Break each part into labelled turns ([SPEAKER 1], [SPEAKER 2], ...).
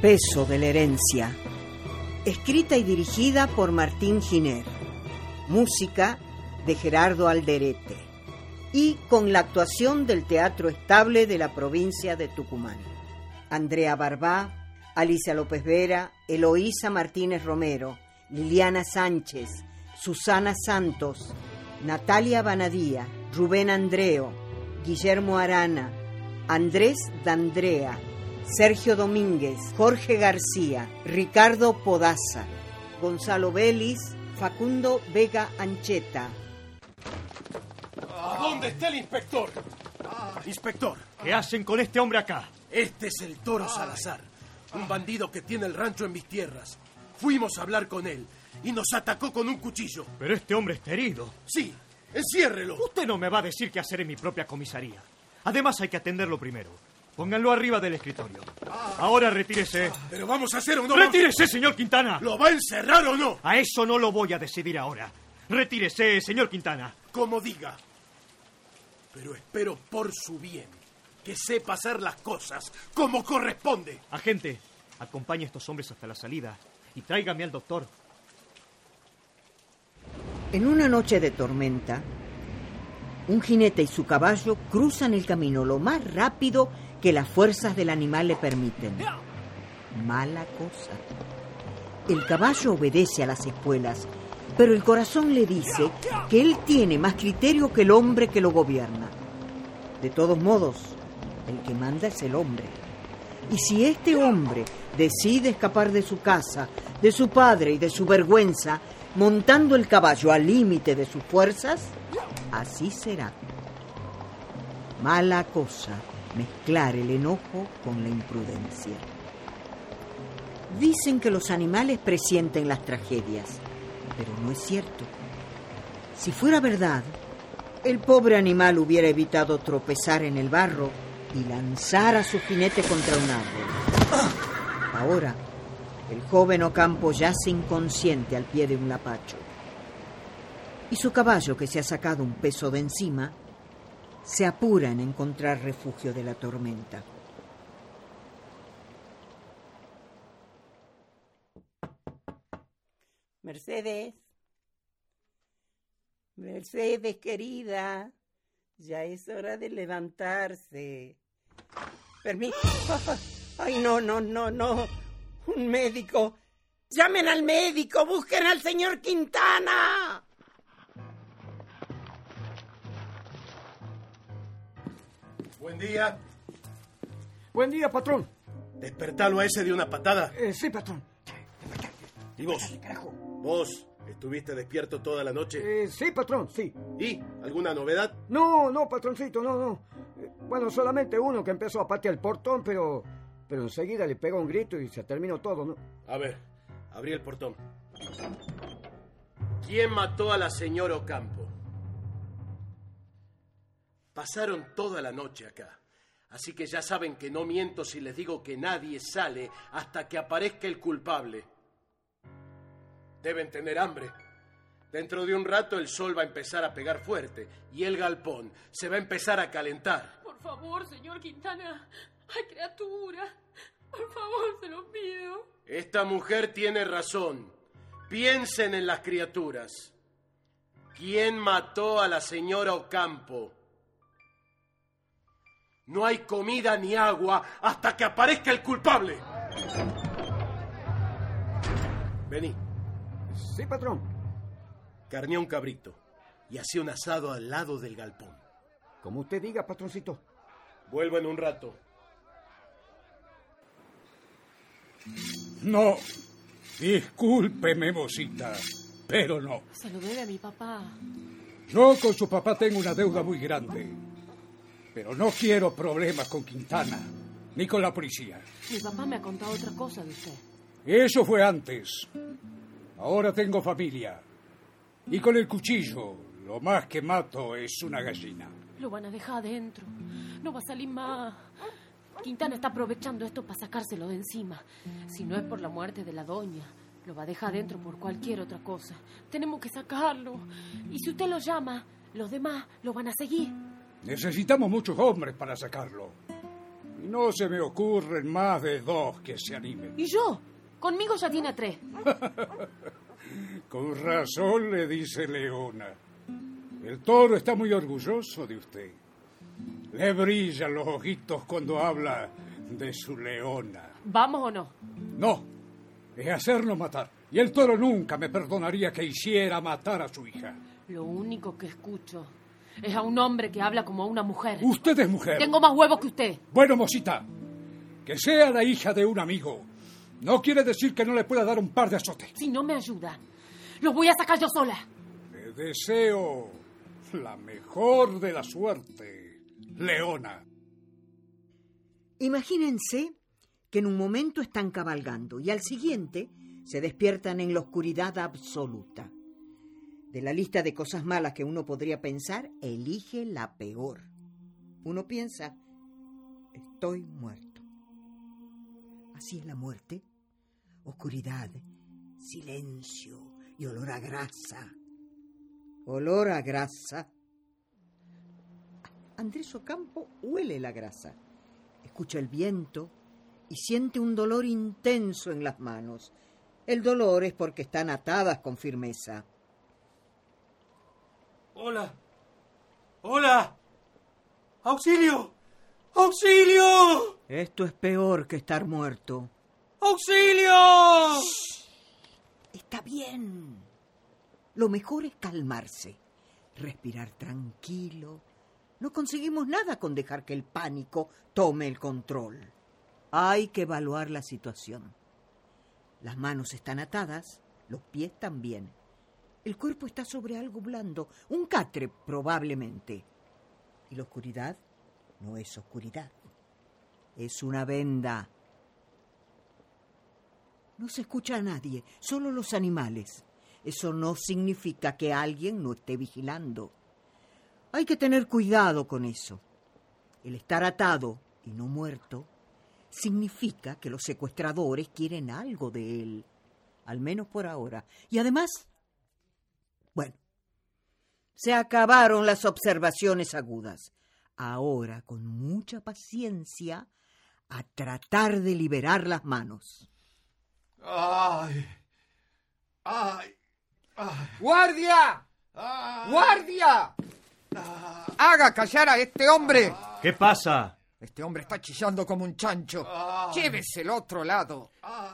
[SPEAKER 1] peso de la herencia. Escrita y dirigida por Martín Giner. Música de Gerardo Alderete. Y con la actuación del Teatro Estable de la provincia de Tucumán. Andrea Barbá, Alicia López Vera, Eloísa Martínez Romero, Liliana Sánchez, Susana Santos, Natalia Banadía, Rubén Andreo, Guillermo Arana, Andrés D'Andrea, Sergio Domínguez, Jorge García, Ricardo Podaza, Gonzalo Vélez, Facundo Vega Ancheta.
[SPEAKER 2] ¿Dónde está el inspector?
[SPEAKER 3] Ah. Inspector, ¿qué hacen con este hombre acá?
[SPEAKER 2] Este es el toro Salazar, un bandido que tiene el rancho en mis tierras. Fuimos a hablar con él y nos atacó con un cuchillo.
[SPEAKER 3] Pero este hombre está herido.
[SPEAKER 2] Sí, enciérrelo.
[SPEAKER 3] Usted no me va a decir qué hacer en mi propia comisaría. Además, hay que atenderlo primero. Pónganlo arriba del escritorio. Ahora retírese.
[SPEAKER 2] Ah. Pero vamos a hacer o no.
[SPEAKER 3] ¡Retírese, señor Quintana!
[SPEAKER 2] ¿Lo va a encerrar o no?
[SPEAKER 3] A eso no lo voy a decidir ahora. Retírese, señor Quintana.
[SPEAKER 2] Como diga. Pero espero por su bien que sepa hacer las cosas como corresponde.
[SPEAKER 3] Agente, acompañe a estos hombres hasta la salida y tráigame al doctor.
[SPEAKER 1] En una noche de tormenta, un jinete y su caballo cruzan el camino lo más rápido que las fuerzas del animal le permiten. Mala cosa. El caballo obedece a las espuelas, pero el corazón le dice que él tiene más criterio que el hombre que lo gobierna. De todos modos, el que manda es el hombre. Y si este hombre decide escapar de su casa, de su padre y de su vergüenza, montando el caballo al límite de sus fuerzas, así será. Mala cosa mezclar el enojo con la imprudencia. Dicen que los animales presienten las tragedias, pero no es cierto. Si fuera verdad, el pobre animal hubiera evitado tropezar en el barro y lanzar a su jinete contra un árbol. Ahora, el joven Ocampo yace inconsciente al pie de un lapacho. Y su caballo, que se ha sacado un peso de encima, se apura en encontrar refugio de la tormenta.
[SPEAKER 4] Mercedes, Mercedes querida, ya es hora de levantarse. Permiso. Ay, no, no, no, no. Un médico. Llamen al médico, busquen al señor Quintana.
[SPEAKER 2] Buen día.
[SPEAKER 5] Buen día, patrón.
[SPEAKER 2] Despertalo a ese de una patada.
[SPEAKER 5] Eh, sí, patrón.
[SPEAKER 2] ¿Y vos? ¿Vos estuviste despierto toda la noche?
[SPEAKER 5] Eh, sí, patrón, sí.
[SPEAKER 2] ¿Y? ¿Alguna novedad?
[SPEAKER 5] No, no, patroncito, no, no. Eh, Bueno, solamente uno que empezó a patear el portón, pero. Pero enseguida le pegó un grito y se terminó todo, ¿no?
[SPEAKER 2] A ver, abrí el portón. ¿Quién mató a la señora Ocampo? Pasaron toda la noche acá. Así que ya saben que no miento si les digo que nadie sale hasta que aparezca el culpable. Deben tener hambre. Dentro de un rato el sol va a empezar a pegar fuerte y el galpón se va a empezar a calentar.
[SPEAKER 6] Por favor, señor Quintana. Ay, criatura. Por favor, se los pido.
[SPEAKER 2] Esta mujer tiene razón. Piensen en las criaturas. ¿Quién mató a la señora Ocampo? No hay comida ni agua hasta que aparezca el culpable. Vení,
[SPEAKER 5] Sí, patrón.
[SPEAKER 2] carné un cabrito y hacé un asado al lado del galpón.
[SPEAKER 5] Como usted diga, patroncito.
[SPEAKER 2] Vuelvo en un rato.
[SPEAKER 7] No, discúlpeme, mocita, pero no.
[SPEAKER 6] Saludé a mi papá.
[SPEAKER 7] Yo con su papá tengo una deuda muy grande, pero no quiero problemas con Quintana ni con la policía.
[SPEAKER 6] Mi papá me ha contado otra cosa de usted.
[SPEAKER 7] Eso fue antes. Ahora tengo familia. Y con el cuchillo, lo más que mato es una gallina.
[SPEAKER 6] Lo van a dejar adentro. No va a salir más. Quintana está aprovechando esto para sacárselo de encima. Si no es por la muerte de la doña, lo va a dejar adentro por cualquier otra cosa. Tenemos que sacarlo. Y si usted lo llama, los demás lo van a seguir.
[SPEAKER 7] Necesitamos muchos hombres para sacarlo. Y no se me ocurren más de dos que se animen.
[SPEAKER 6] ¿Y yo? Conmigo ya tiene a tres.
[SPEAKER 7] Con razón le dice Leona. El toro está muy orgulloso de usted. Le brillan los ojitos cuando habla de su leona.
[SPEAKER 6] ¿Vamos o no?
[SPEAKER 7] No, es hacernos matar. Y el toro nunca me perdonaría que hiciera matar a su hija.
[SPEAKER 6] Lo único que escucho es a un hombre que habla como a una mujer.
[SPEAKER 7] Usted es mujer.
[SPEAKER 6] Tengo más huevos que usted.
[SPEAKER 7] Bueno, mosita, que sea la hija de un amigo no quiere decir que no le pueda dar un par de azotes.
[SPEAKER 6] Si no me ayuda, lo voy a sacar yo sola.
[SPEAKER 7] Le deseo la mejor de la suerte, Leona.
[SPEAKER 1] Imagínense que en un momento están cabalgando y al siguiente se despiertan en la oscuridad absoluta. De la lista de cosas malas que uno podría pensar, elige la peor. Uno piensa, estoy muerto. Así es la muerte. Oscuridad, silencio y olor a grasa. Olor a grasa. Andrés Ocampo huele la grasa, escucha el viento y siente un dolor intenso en las manos. El dolor es porque están atadas con firmeza.
[SPEAKER 8] Hola. Hola. Auxilio. Auxilio.
[SPEAKER 1] Esto es peor que estar muerto.
[SPEAKER 8] Auxilio.
[SPEAKER 1] Está bien. Lo mejor es calmarse, respirar tranquilo. No conseguimos nada con dejar que el pánico tome el control. Hay que evaluar la situación. Las manos están atadas, los pies también. El cuerpo está sobre algo blando, un catre probablemente. Y la oscuridad no es oscuridad, es una venda. No se escucha a nadie, solo los animales. Eso no significa que alguien no esté vigilando. Hay que tener cuidado con eso. El estar atado y no muerto significa que los secuestradores quieren algo de él, al menos por ahora. Y además, bueno, se acabaron las observaciones agudas. Ahora, con mucha paciencia, a tratar de liberar las manos.
[SPEAKER 2] ¡Ay! ¡Ay! ¡Ay!
[SPEAKER 4] ¡Guardia!
[SPEAKER 2] ay. Ah.
[SPEAKER 4] ¡Guardia! ¡Haga callar a este hombre!
[SPEAKER 3] ¿Qué pasa?
[SPEAKER 4] Este hombre está chillando como un chancho.
[SPEAKER 2] Ah.
[SPEAKER 4] Llévese el otro lado.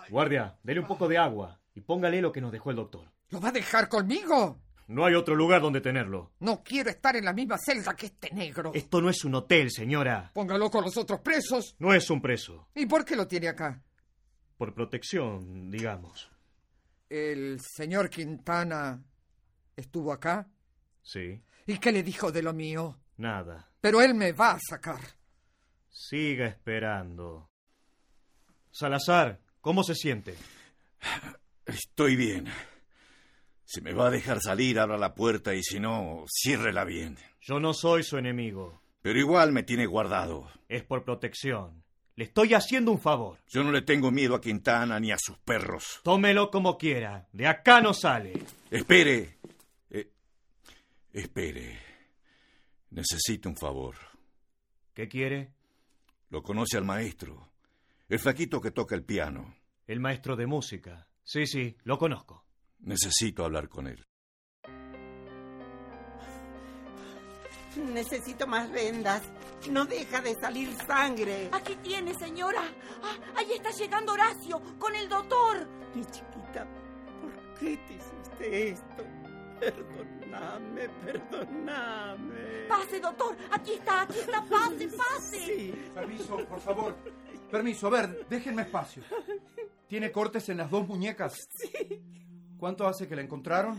[SPEAKER 3] Guardia, dele un poco de agua y póngale lo que nos dejó el doctor.
[SPEAKER 4] ¿Lo va a dejar conmigo?
[SPEAKER 3] No hay otro lugar donde tenerlo.
[SPEAKER 4] No quiero estar en la misma celda que este negro.
[SPEAKER 3] Esto no es un hotel, señora.
[SPEAKER 4] Póngalo con los otros presos.
[SPEAKER 3] No es un preso.
[SPEAKER 4] ¿Y por qué lo tiene acá?
[SPEAKER 3] Por protección, digamos.
[SPEAKER 4] ¿El señor Quintana estuvo acá?
[SPEAKER 3] Sí,
[SPEAKER 4] ¿Y qué le dijo de lo mío?
[SPEAKER 3] nada.
[SPEAKER 4] Pero él me va a sacar.
[SPEAKER 3] Siga esperando. Salazar, ¿cómo se siente?
[SPEAKER 9] Estoy bien. Si me va a dejar salir, abra la puerta y si no, ciérrela bien.
[SPEAKER 3] Yo no soy su enemigo.
[SPEAKER 9] Pero igual me tiene guardado.
[SPEAKER 3] Es por protección. Le estoy haciendo un favor.
[SPEAKER 9] Yo no le tengo miedo a Quintana ni a sus perros.
[SPEAKER 3] Tómelo como quiera. De acá no sale.
[SPEAKER 9] Espere. Eh, espere. Necesito un favor.
[SPEAKER 3] ¿Qué quiere?
[SPEAKER 9] Lo conoce al maestro. El flaquito que toca el piano.
[SPEAKER 3] El maestro de música. Sí, sí, lo conozco.
[SPEAKER 9] Necesito hablar con él.
[SPEAKER 4] Necesito más vendas. No deja de salir sangre.
[SPEAKER 10] Aquí tiene, señora. Ah, ahí está llegando Horacio con el doctor.
[SPEAKER 4] Mi chiquita, ¿por qué te hiciste esto? Perdóname, perdóname.
[SPEAKER 10] Pase, doctor. Aquí está, aquí está. Pase, pase.
[SPEAKER 4] Sí,
[SPEAKER 8] Permiso, por favor. Permiso, a ver, déjenme espacio. Tiene cortes en las dos muñecas. ¿Cuánto hace que la encontraron?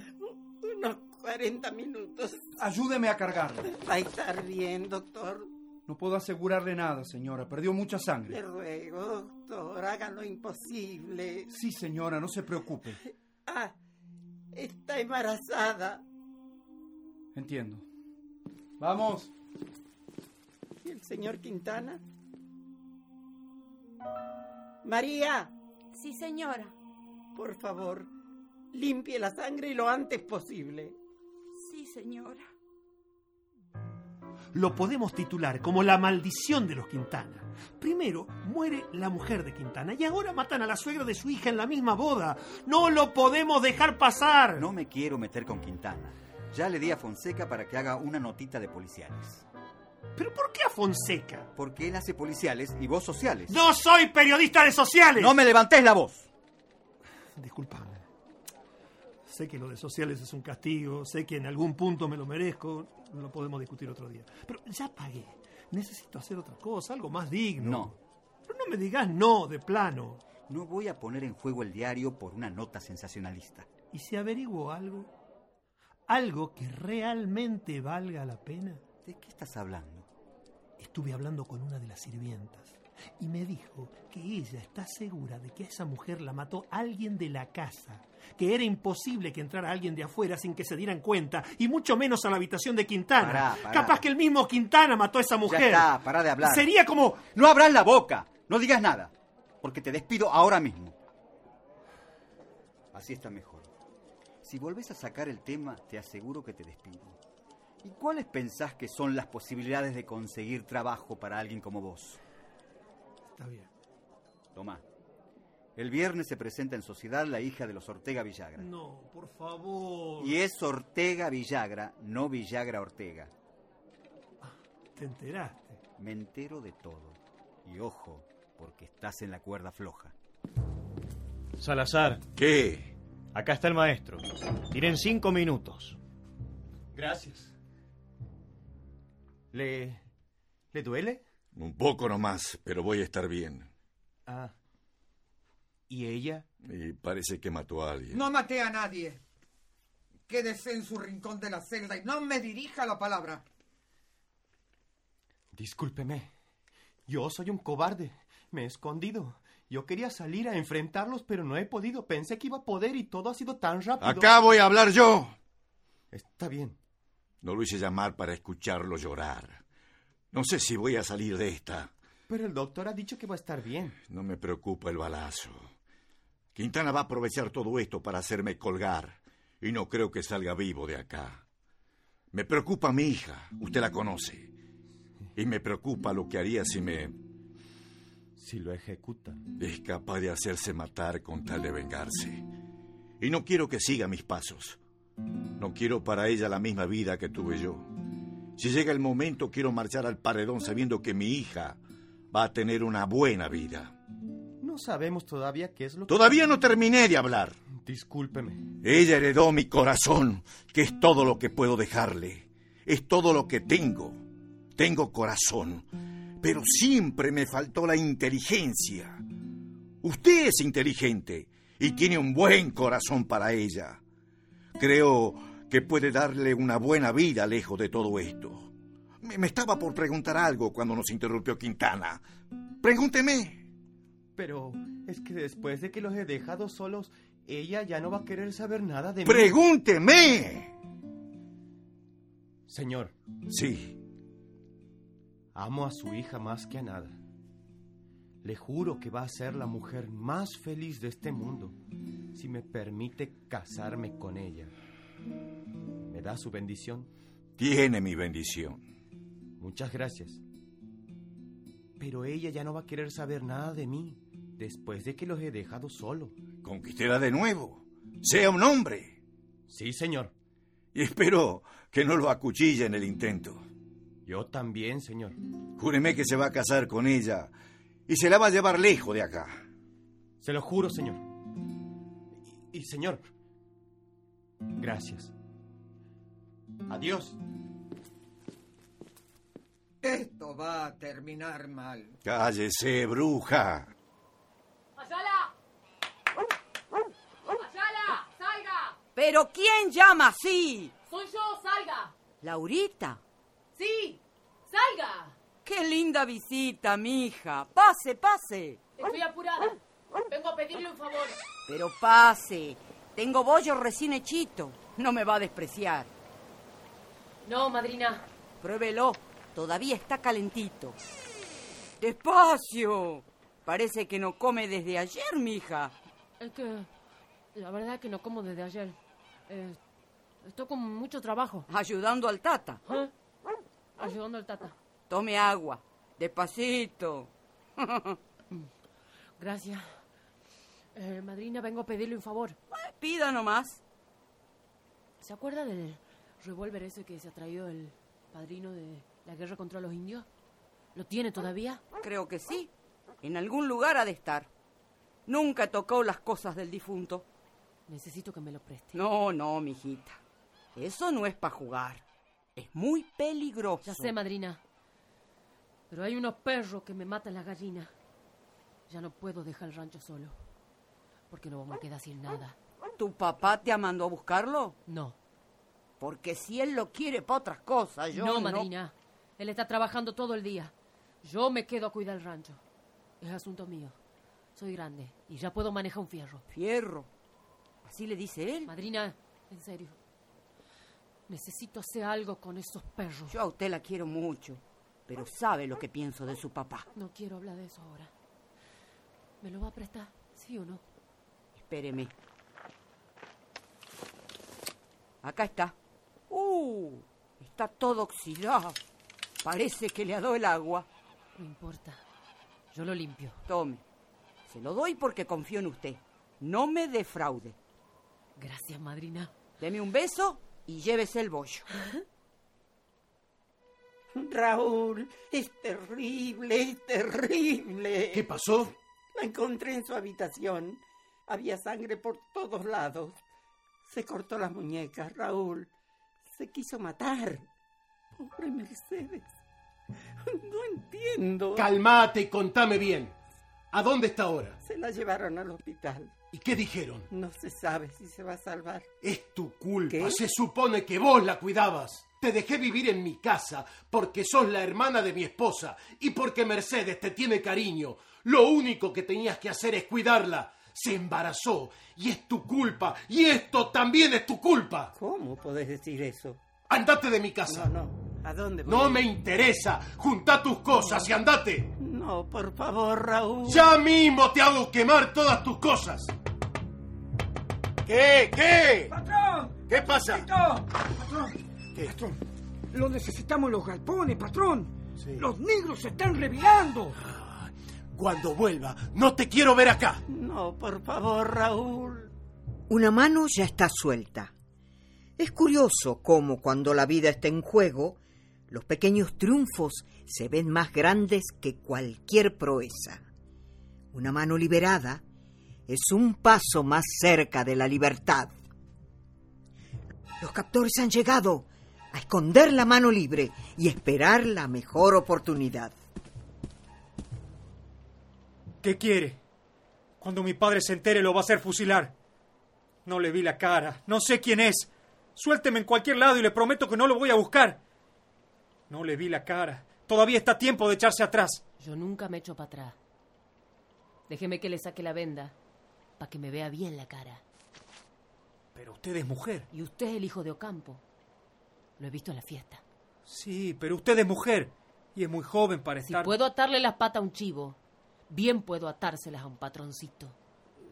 [SPEAKER 4] unos 40 minutos.
[SPEAKER 8] Ayúdeme a cargarla.
[SPEAKER 4] Va a estar bien, doctor. Eh.
[SPEAKER 8] No puedo asegurarle nada, señora. Perdió mucha
[SPEAKER 4] Le
[SPEAKER 8] sangre.
[SPEAKER 4] ruego, doctor, haga lo imposible.
[SPEAKER 8] Sí, señora, no se preocupe.
[SPEAKER 4] Ah, está embarazada.
[SPEAKER 8] Entiendo. Vamos.
[SPEAKER 4] ¿Y el señor Quintana? María,
[SPEAKER 10] Sí, señora.
[SPEAKER 4] por favor, limpie la sangre lo antes posible.
[SPEAKER 10] Sí, señora.
[SPEAKER 11] lo podemos titular como la maldición de los Quintana. Primero muere la mujer de Quintana y ahora matan a la suegra de su hija en la misma boda. No lo podemos dejar pasar.
[SPEAKER 12] No me quiero meter con Quintana. Ya le di a Fonseca para que haga una notita de policiales.
[SPEAKER 11] ¿Pero por qué a Fonseca?
[SPEAKER 12] Porque él hace policiales y vos sociales.
[SPEAKER 11] No soy periodista de sociales.
[SPEAKER 12] No me levantés la voz.
[SPEAKER 11] Disculpame. Sé que lo de sociales es un castigo, sé que en algún punto me lo merezco, lo podemos discutir otro día. Pero ya pagué. Necesito hacer otra cosa, algo más digno.
[SPEAKER 12] No.
[SPEAKER 11] Pero no me digas no, de plano.
[SPEAKER 12] No voy a poner en juego el diario por una nota sensacionalista.
[SPEAKER 11] ¿Y si averiguo algo? ¿Algo que realmente valga la pena?
[SPEAKER 12] ¿De qué estás hablando?
[SPEAKER 11] Estuve hablando con una de las sirvientas y me dijo que ella está segura de que a esa mujer la mató alguien de la casa, que era imposible que entrara alguien de afuera sin que se dieran cuenta, y mucho menos a la habitación de Quintana.
[SPEAKER 12] Pará, pará.
[SPEAKER 11] Capaz que el mismo Quintana mató a esa mujer.
[SPEAKER 12] Ya está, pará de hablar.
[SPEAKER 11] Sería como...
[SPEAKER 12] No abras la boca. No digas nada. Porque te despido ahora mismo. Así está mejor. Si volvés a sacar el tema, te aseguro que te despido. ¿Y cuáles pensás que son las posibilidades de conseguir trabajo para alguien como vos?
[SPEAKER 11] Está bien.
[SPEAKER 12] Tomá. El viernes se presenta en sociedad la hija de los Ortega Villagra.
[SPEAKER 11] No, por favor.
[SPEAKER 12] Y es Ortega Villagra, no Villagra Ortega.
[SPEAKER 11] Te enteraste.
[SPEAKER 12] Me entero de todo. Y ojo, porque estás en la cuerda floja.
[SPEAKER 3] Salazar.
[SPEAKER 9] ¿Qué?
[SPEAKER 3] Acá está el maestro. Tienen cinco minutos.
[SPEAKER 2] Gracias.
[SPEAKER 13] ¿Le. ¿Le duele?
[SPEAKER 9] Un poco nomás, pero voy a estar bien.
[SPEAKER 13] Ah. ¿Y ella?
[SPEAKER 9] Y parece que mató a alguien.
[SPEAKER 14] No maté a nadie. Quédese en su rincón de la celda y no me dirija la palabra.
[SPEAKER 13] Discúlpeme. Yo soy un cobarde. Me he escondido. Yo quería salir a enfrentarlos, pero no he podido. Pensé que iba a poder y todo ha sido tan rápido.
[SPEAKER 9] Acá voy a hablar yo.
[SPEAKER 13] Está bien.
[SPEAKER 9] No lo hice llamar para escucharlo llorar. No sé si voy a salir de esta.
[SPEAKER 13] Pero el doctor ha dicho que va a estar bien.
[SPEAKER 9] No me preocupa el balazo. Quintana va a aprovechar todo esto para hacerme colgar. Y no creo que salga vivo de acá. Me preocupa mi hija. Usted la conoce. Y me preocupa lo que haría si me...
[SPEAKER 13] Si lo ejecutan.
[SPEAKER 9] Es capaz de hacerse matar con tal de vengarse. Y no quiero que siga mis pasos. No quiero para ella la misma vida que tuve yo. Si llega el momento, quiero marchar al paredón sabiendo que mi hija va a tener una buena vida.
[SPEAKER 13] No sabemos todavía qué es lo que-
[SPEAKER 9] Todavía no terminé de hablar.
[SPEAKER 13] Discúlpeme.
[SPEAKER 9] Ella heredó mi corazón, que es todo lo que puedo dejarle. Es todo lo que tengo. Tengo corazón, pero siempre me faltó la inteligencia. Usted es inteligente y tiene un buen corazón para ella. Creo que puede darle una buena vida lejos de todo esto. Me, me estaba por preguntar algo cuando nos interrumpió Quintana. Pregúnteme.
[SPEAKER 13] Pero es que después de que los he dejado solos, ella ya no va a querer saber nada de mí.
[SPEAKER 9] Pregúnteme.
[SPEAKER 13] Señor,
[SPEAKER 9] Sí.
[SPEAKER 13] amo a su hija más que a nada. Le juro que va a ser la mujer más feliz de este mundo si me permite casarme con ella. ¿Me da su bendición?
[SPEAKER 9] Tiene mi bendición.
[SPEAKER 13] Muchas gracias. Pero ella ya no va a querer saber nada de mí después de que los he dejado solo.
[SPEAKER 9] Conquistela de nuevo. Sea un hombre.
[SPEAKER 13] Sí, señor.
[SPEAKER 9] Y espero que no lo acuchille en el intento.
[SPEAKER 13] Yo también, señor.
[SPEAKER 9] Júreme que se va a casar con ella y se la va a llevar lejos de acá.
[SPEAKER 13] Se lo juro, señor. Y, y, señor, gracias. Adiós.
[SPEAKER 14] Esto va a terminar mal.
[SPEAKER 9] Cállese, bruja.
[SPEAKER 10] ¡Ayala! ¡Ayala! ¡Salga!
[SPEAKER 15] ¿Pero quién llama así?
[SPEAKER 10] ¡Soy yo! ¡Salga!
[SPEAKER 15] Laurita.
[SPEAKER 10] ¡Sí! ¡Salga!
[SPEAKER 15] Qué linda visita, mija. Pase, pase.
[SPEAKER 10] Estoy apurada. Vengo a pedirle un favor.
[SPEAKER 15] Pero pase. Tengo bollo recién hechito. No me va a despreciar.
[SPEAKER 6] No, madrina.
[SPEAKER 15] Pruébelo. Todavía está calentito. Despacio. Parece que no come desde ayer, mija.
[SPEAKER 6] Es que la verdad es que no como desde ayer. Eh, estoy con mucho trabajo.
[SPEAKER 10] ¿Ah?
[SPEAKER 15] Ayudando al tata.
[SPEAKER 6] ayudando al tata.
[SPEAKER 15] Tome agua. Despacito.
[SPEAKER 6] Gracias. Eh, madrina, vengo a pedirle un favor.
[SPEAKER 15] Pida nomás.
[SPEAKER 6] ¿Se acuerda del revólver ese que se ha traído el padrino de la guerra contra los indios? ¿Lo tiene todavía?
[SPEAKER 15] Creo que sí. En algún lugar ha de estar. Nunca tocó las cosas del difunto.
[SPEAKER 6] Necesito que me lo preste.
[SPEAKER 15] No, no, mijita. Eso no es para jugar. Es muy peligroso.
[SPEAKER 6] Ya sé, madrina. Pero hay unos perros que me matan las gallinas. Ya no puedo dejar el rancho solo. Porque no vamos a quedar sin nada.
[SPEAKER 15] ¿Tu papá te mandó a buscarlo?
[SPEAKER 6] No.
[SPEAKER 15] Porque si él lo quiere para otras cosas, yo.
[SPEAKER 6] no, madrina. Él está trabajando todo el día. Yo me quedo a cuidar el rancho. Es asunto mío. Soy grande y ya puedo manejar un fierro.
[SPEAKER 15] Fierro. Así le dice él.
[SPEAKER 6] Madrina, en serio. Necesito hacer algo con esos perros.
[SPEAKER 15] Yo a usted la quiero mucho, pero sabe lo que pienso de su papá.
[SPEAKER 6] No quiero hablar de eso ahora. ¿Me lo va a prestar? ¿Sí o no?
[SPEAKER 15] Espéreme. Acá está. ¡Uh! Está todo oxidado. Parece que le ha dado el agua.
[SPEAKER 6] No importa. Yo lo limpio.
[SPEAKER 15] Tome. Se lo doy porque confío en usted. No me defraude.
[SPEAKER 6] Gracias, madrina.
[SPEAKER 15] Deme un beso y llévese el bollo.
[SPEAKER 4] Raúl, es terrible, es terrible.
[SPEAKER 2] ¿Qué pasó?
[SPEAKER 4] La encontré en su habitación. Había sangre por todos lados. Se cortó las muñecas, Raúl. Se quiso matar. Pobre Mercedes. No entiendo.
[SPEAKER 2] Calmate y contame bien. ¿A dónde está ahora?
[SPEAKER 4] Se la llevaron al hospital.
[SPEAKER 2] ¿Y qué dijeron? Eh,
[SPEAKER 4] No se sabe si se va a salvar.
[SPEAKER 2] Es tu culpa. Se supone que vos la cuidabas. Te dejé vivir en mi casa porque sos la hermana de mi esposa y porque Mercedes te tiene cariño. Lo único que tenías que hacer es cuidarla. Se embarazó y es tu culpa. Y esto también es tu culpa.
[SPEAKER 4] ¿Cómo podés decir eso?
[SPEAKER 2] Andate de mi casa.
[SPEAKER 4] No, no. ¿A dónde?
[SPEAKER 2] No me interesa. Juntá tus cosas y andate.
[SPEAKER 4] No, por favor, Raúl.
[SPEAKER 2] Ya mismo te hago quemar todas tus cosas. ¿Qué? ¿Qué?
[SPEAKER 16] ¡Patrón!
[SPEAKER 2] ¿Qué pasa?
[SPEAKER 16] ¡Patrón!
[SPEAKER 2] ¿Qué?
[SPEAKER 5] Patrón, lo necesitamos en los galpones, patrón. Los negros se están revirando.
[SPEAKER 2] Ah, Cuando vuelva, no te quiero ver acá.
[SPEAKER 4] No, por favor, Raúl.
[SPEAKER 1] Una mano ya está suelta. Es curioso cómo cuando la vida está en juego, los pequeños triunfos se ven más grandes que cualquier proeza. Una mano liberada es un paso más cerca de la libertad. Los captores han llegado a esconder la mano libre y esperar la mejor oportunidad.
[SPEAKER 17] ¿Qué quiere? Cuando mi padre se entere lo va a hacer fusilar. No le vi la cara, no sé quién es. Suélteme en cualquier lado y le prometo que no lo voy a buscar. No le vi la cara. Todavía está a tiempo de echarse atrás.
[SPEAKER 6] Yo nunca me echo para atrás. Déjeme que le saque la venda para que me vea bien la cara.
[SPEAKER 17] Pero usted es mujer.
[SPEAKER 6] Y usted es el hijo de Ocampo. Lo he visto en la fiesta.
[SPEAKER 17] Sí, pero usted es mujer y es muy joven para estar.
[SPEAKER 6] Si puedo atarle las patas a un chivo, bien puedo atárselas a un patroncito.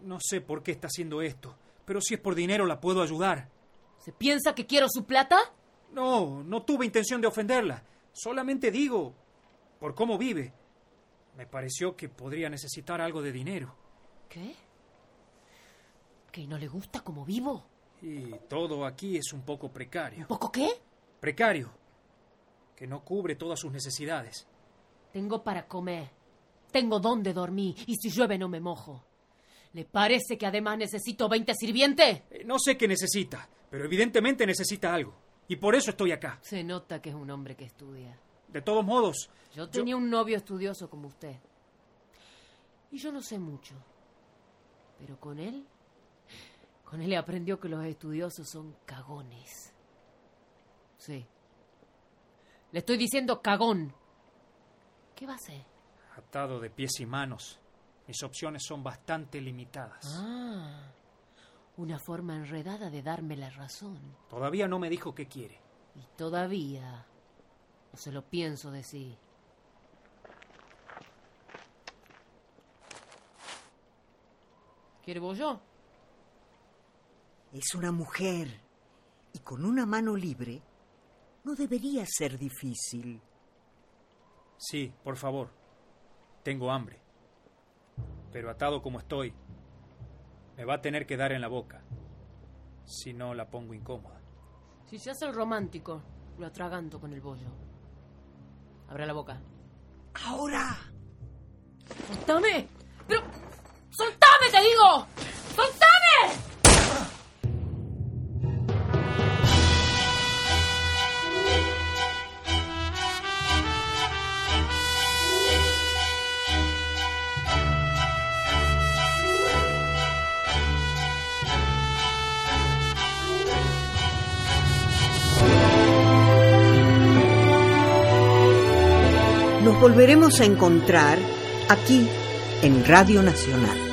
[SPEAKER 17] No sé por qué está haciendo esto, pero si es por dinero la puedo ayudar.
[SPEAKER 6] ¿Se piensa que quiero su plata?
[SPEAKER 17] No, no tuve intención de ofenderla. Solamente digo, por cómo vive, me pareció que podría necesitar algo de dinero.
[SPEAKER 6] ¿Qué? ¿Que no le gusta como vivo?
[SPEAKER 17] Y todo aquí es un poco precario.
[SPEAKER 6] ¿Un poco qué?
[SPEAKER 17] Precario. Que no cubre todas sus necesidades.
[SPEAKER 6] Tengo para comer. Tengo dónde dormir. Y si llueve no me mojo. ¿Le parece que además necesito 20 sirvientes?
[SPEAKER 17] Eh, No sé qué necesita, pero evidentemente necesita algo. Y por eso estoy acá.
[SPEAKER 6] Se nota que es un hombre que estudia.
[SPEAKER 17] De todos modos,
[SPEAKER 6] Yo tenía un novio estudioso como usted. Y yo no sé mucho. Pero con él. Con él aprendió que los estudiosos son cagones. Sí. Le estoy diciendo cagón. ¿Qué va a hacer?
[SPEAKER 17] atado de pies y manos, mis opciones son bastante limitadas.
[SPEAKER 6] Ah. Una forma enredada de darme la razón.
[SPEAKER 17] Todavía no me dijo qué quiere.
[SPEAKER 6] Y todavía. No se lo pienso decir. ¿Quiere bollo?
[SPEAKER 1] Es una mujer y con una mano libre No debería ser difícil.
[SPEAKER 17] Sí, por favor. Tengo hambre. Pero atado como estoy, me va a tener que dar en la boca. Si no, la pongo incómoda.
[SPEAKER 6] Si se hace el romántico, lo atraganto con el bollo. Abra la boca.
[SPEAKER 10] ¡Ahora!
[SPEAKER 6] ¡Soltame! ¡Pero! ¡Soltame, te digo! ¡Soltame!
[SPEAKER 1] Nos volveremos a encontrar aquí en Radio Nacional.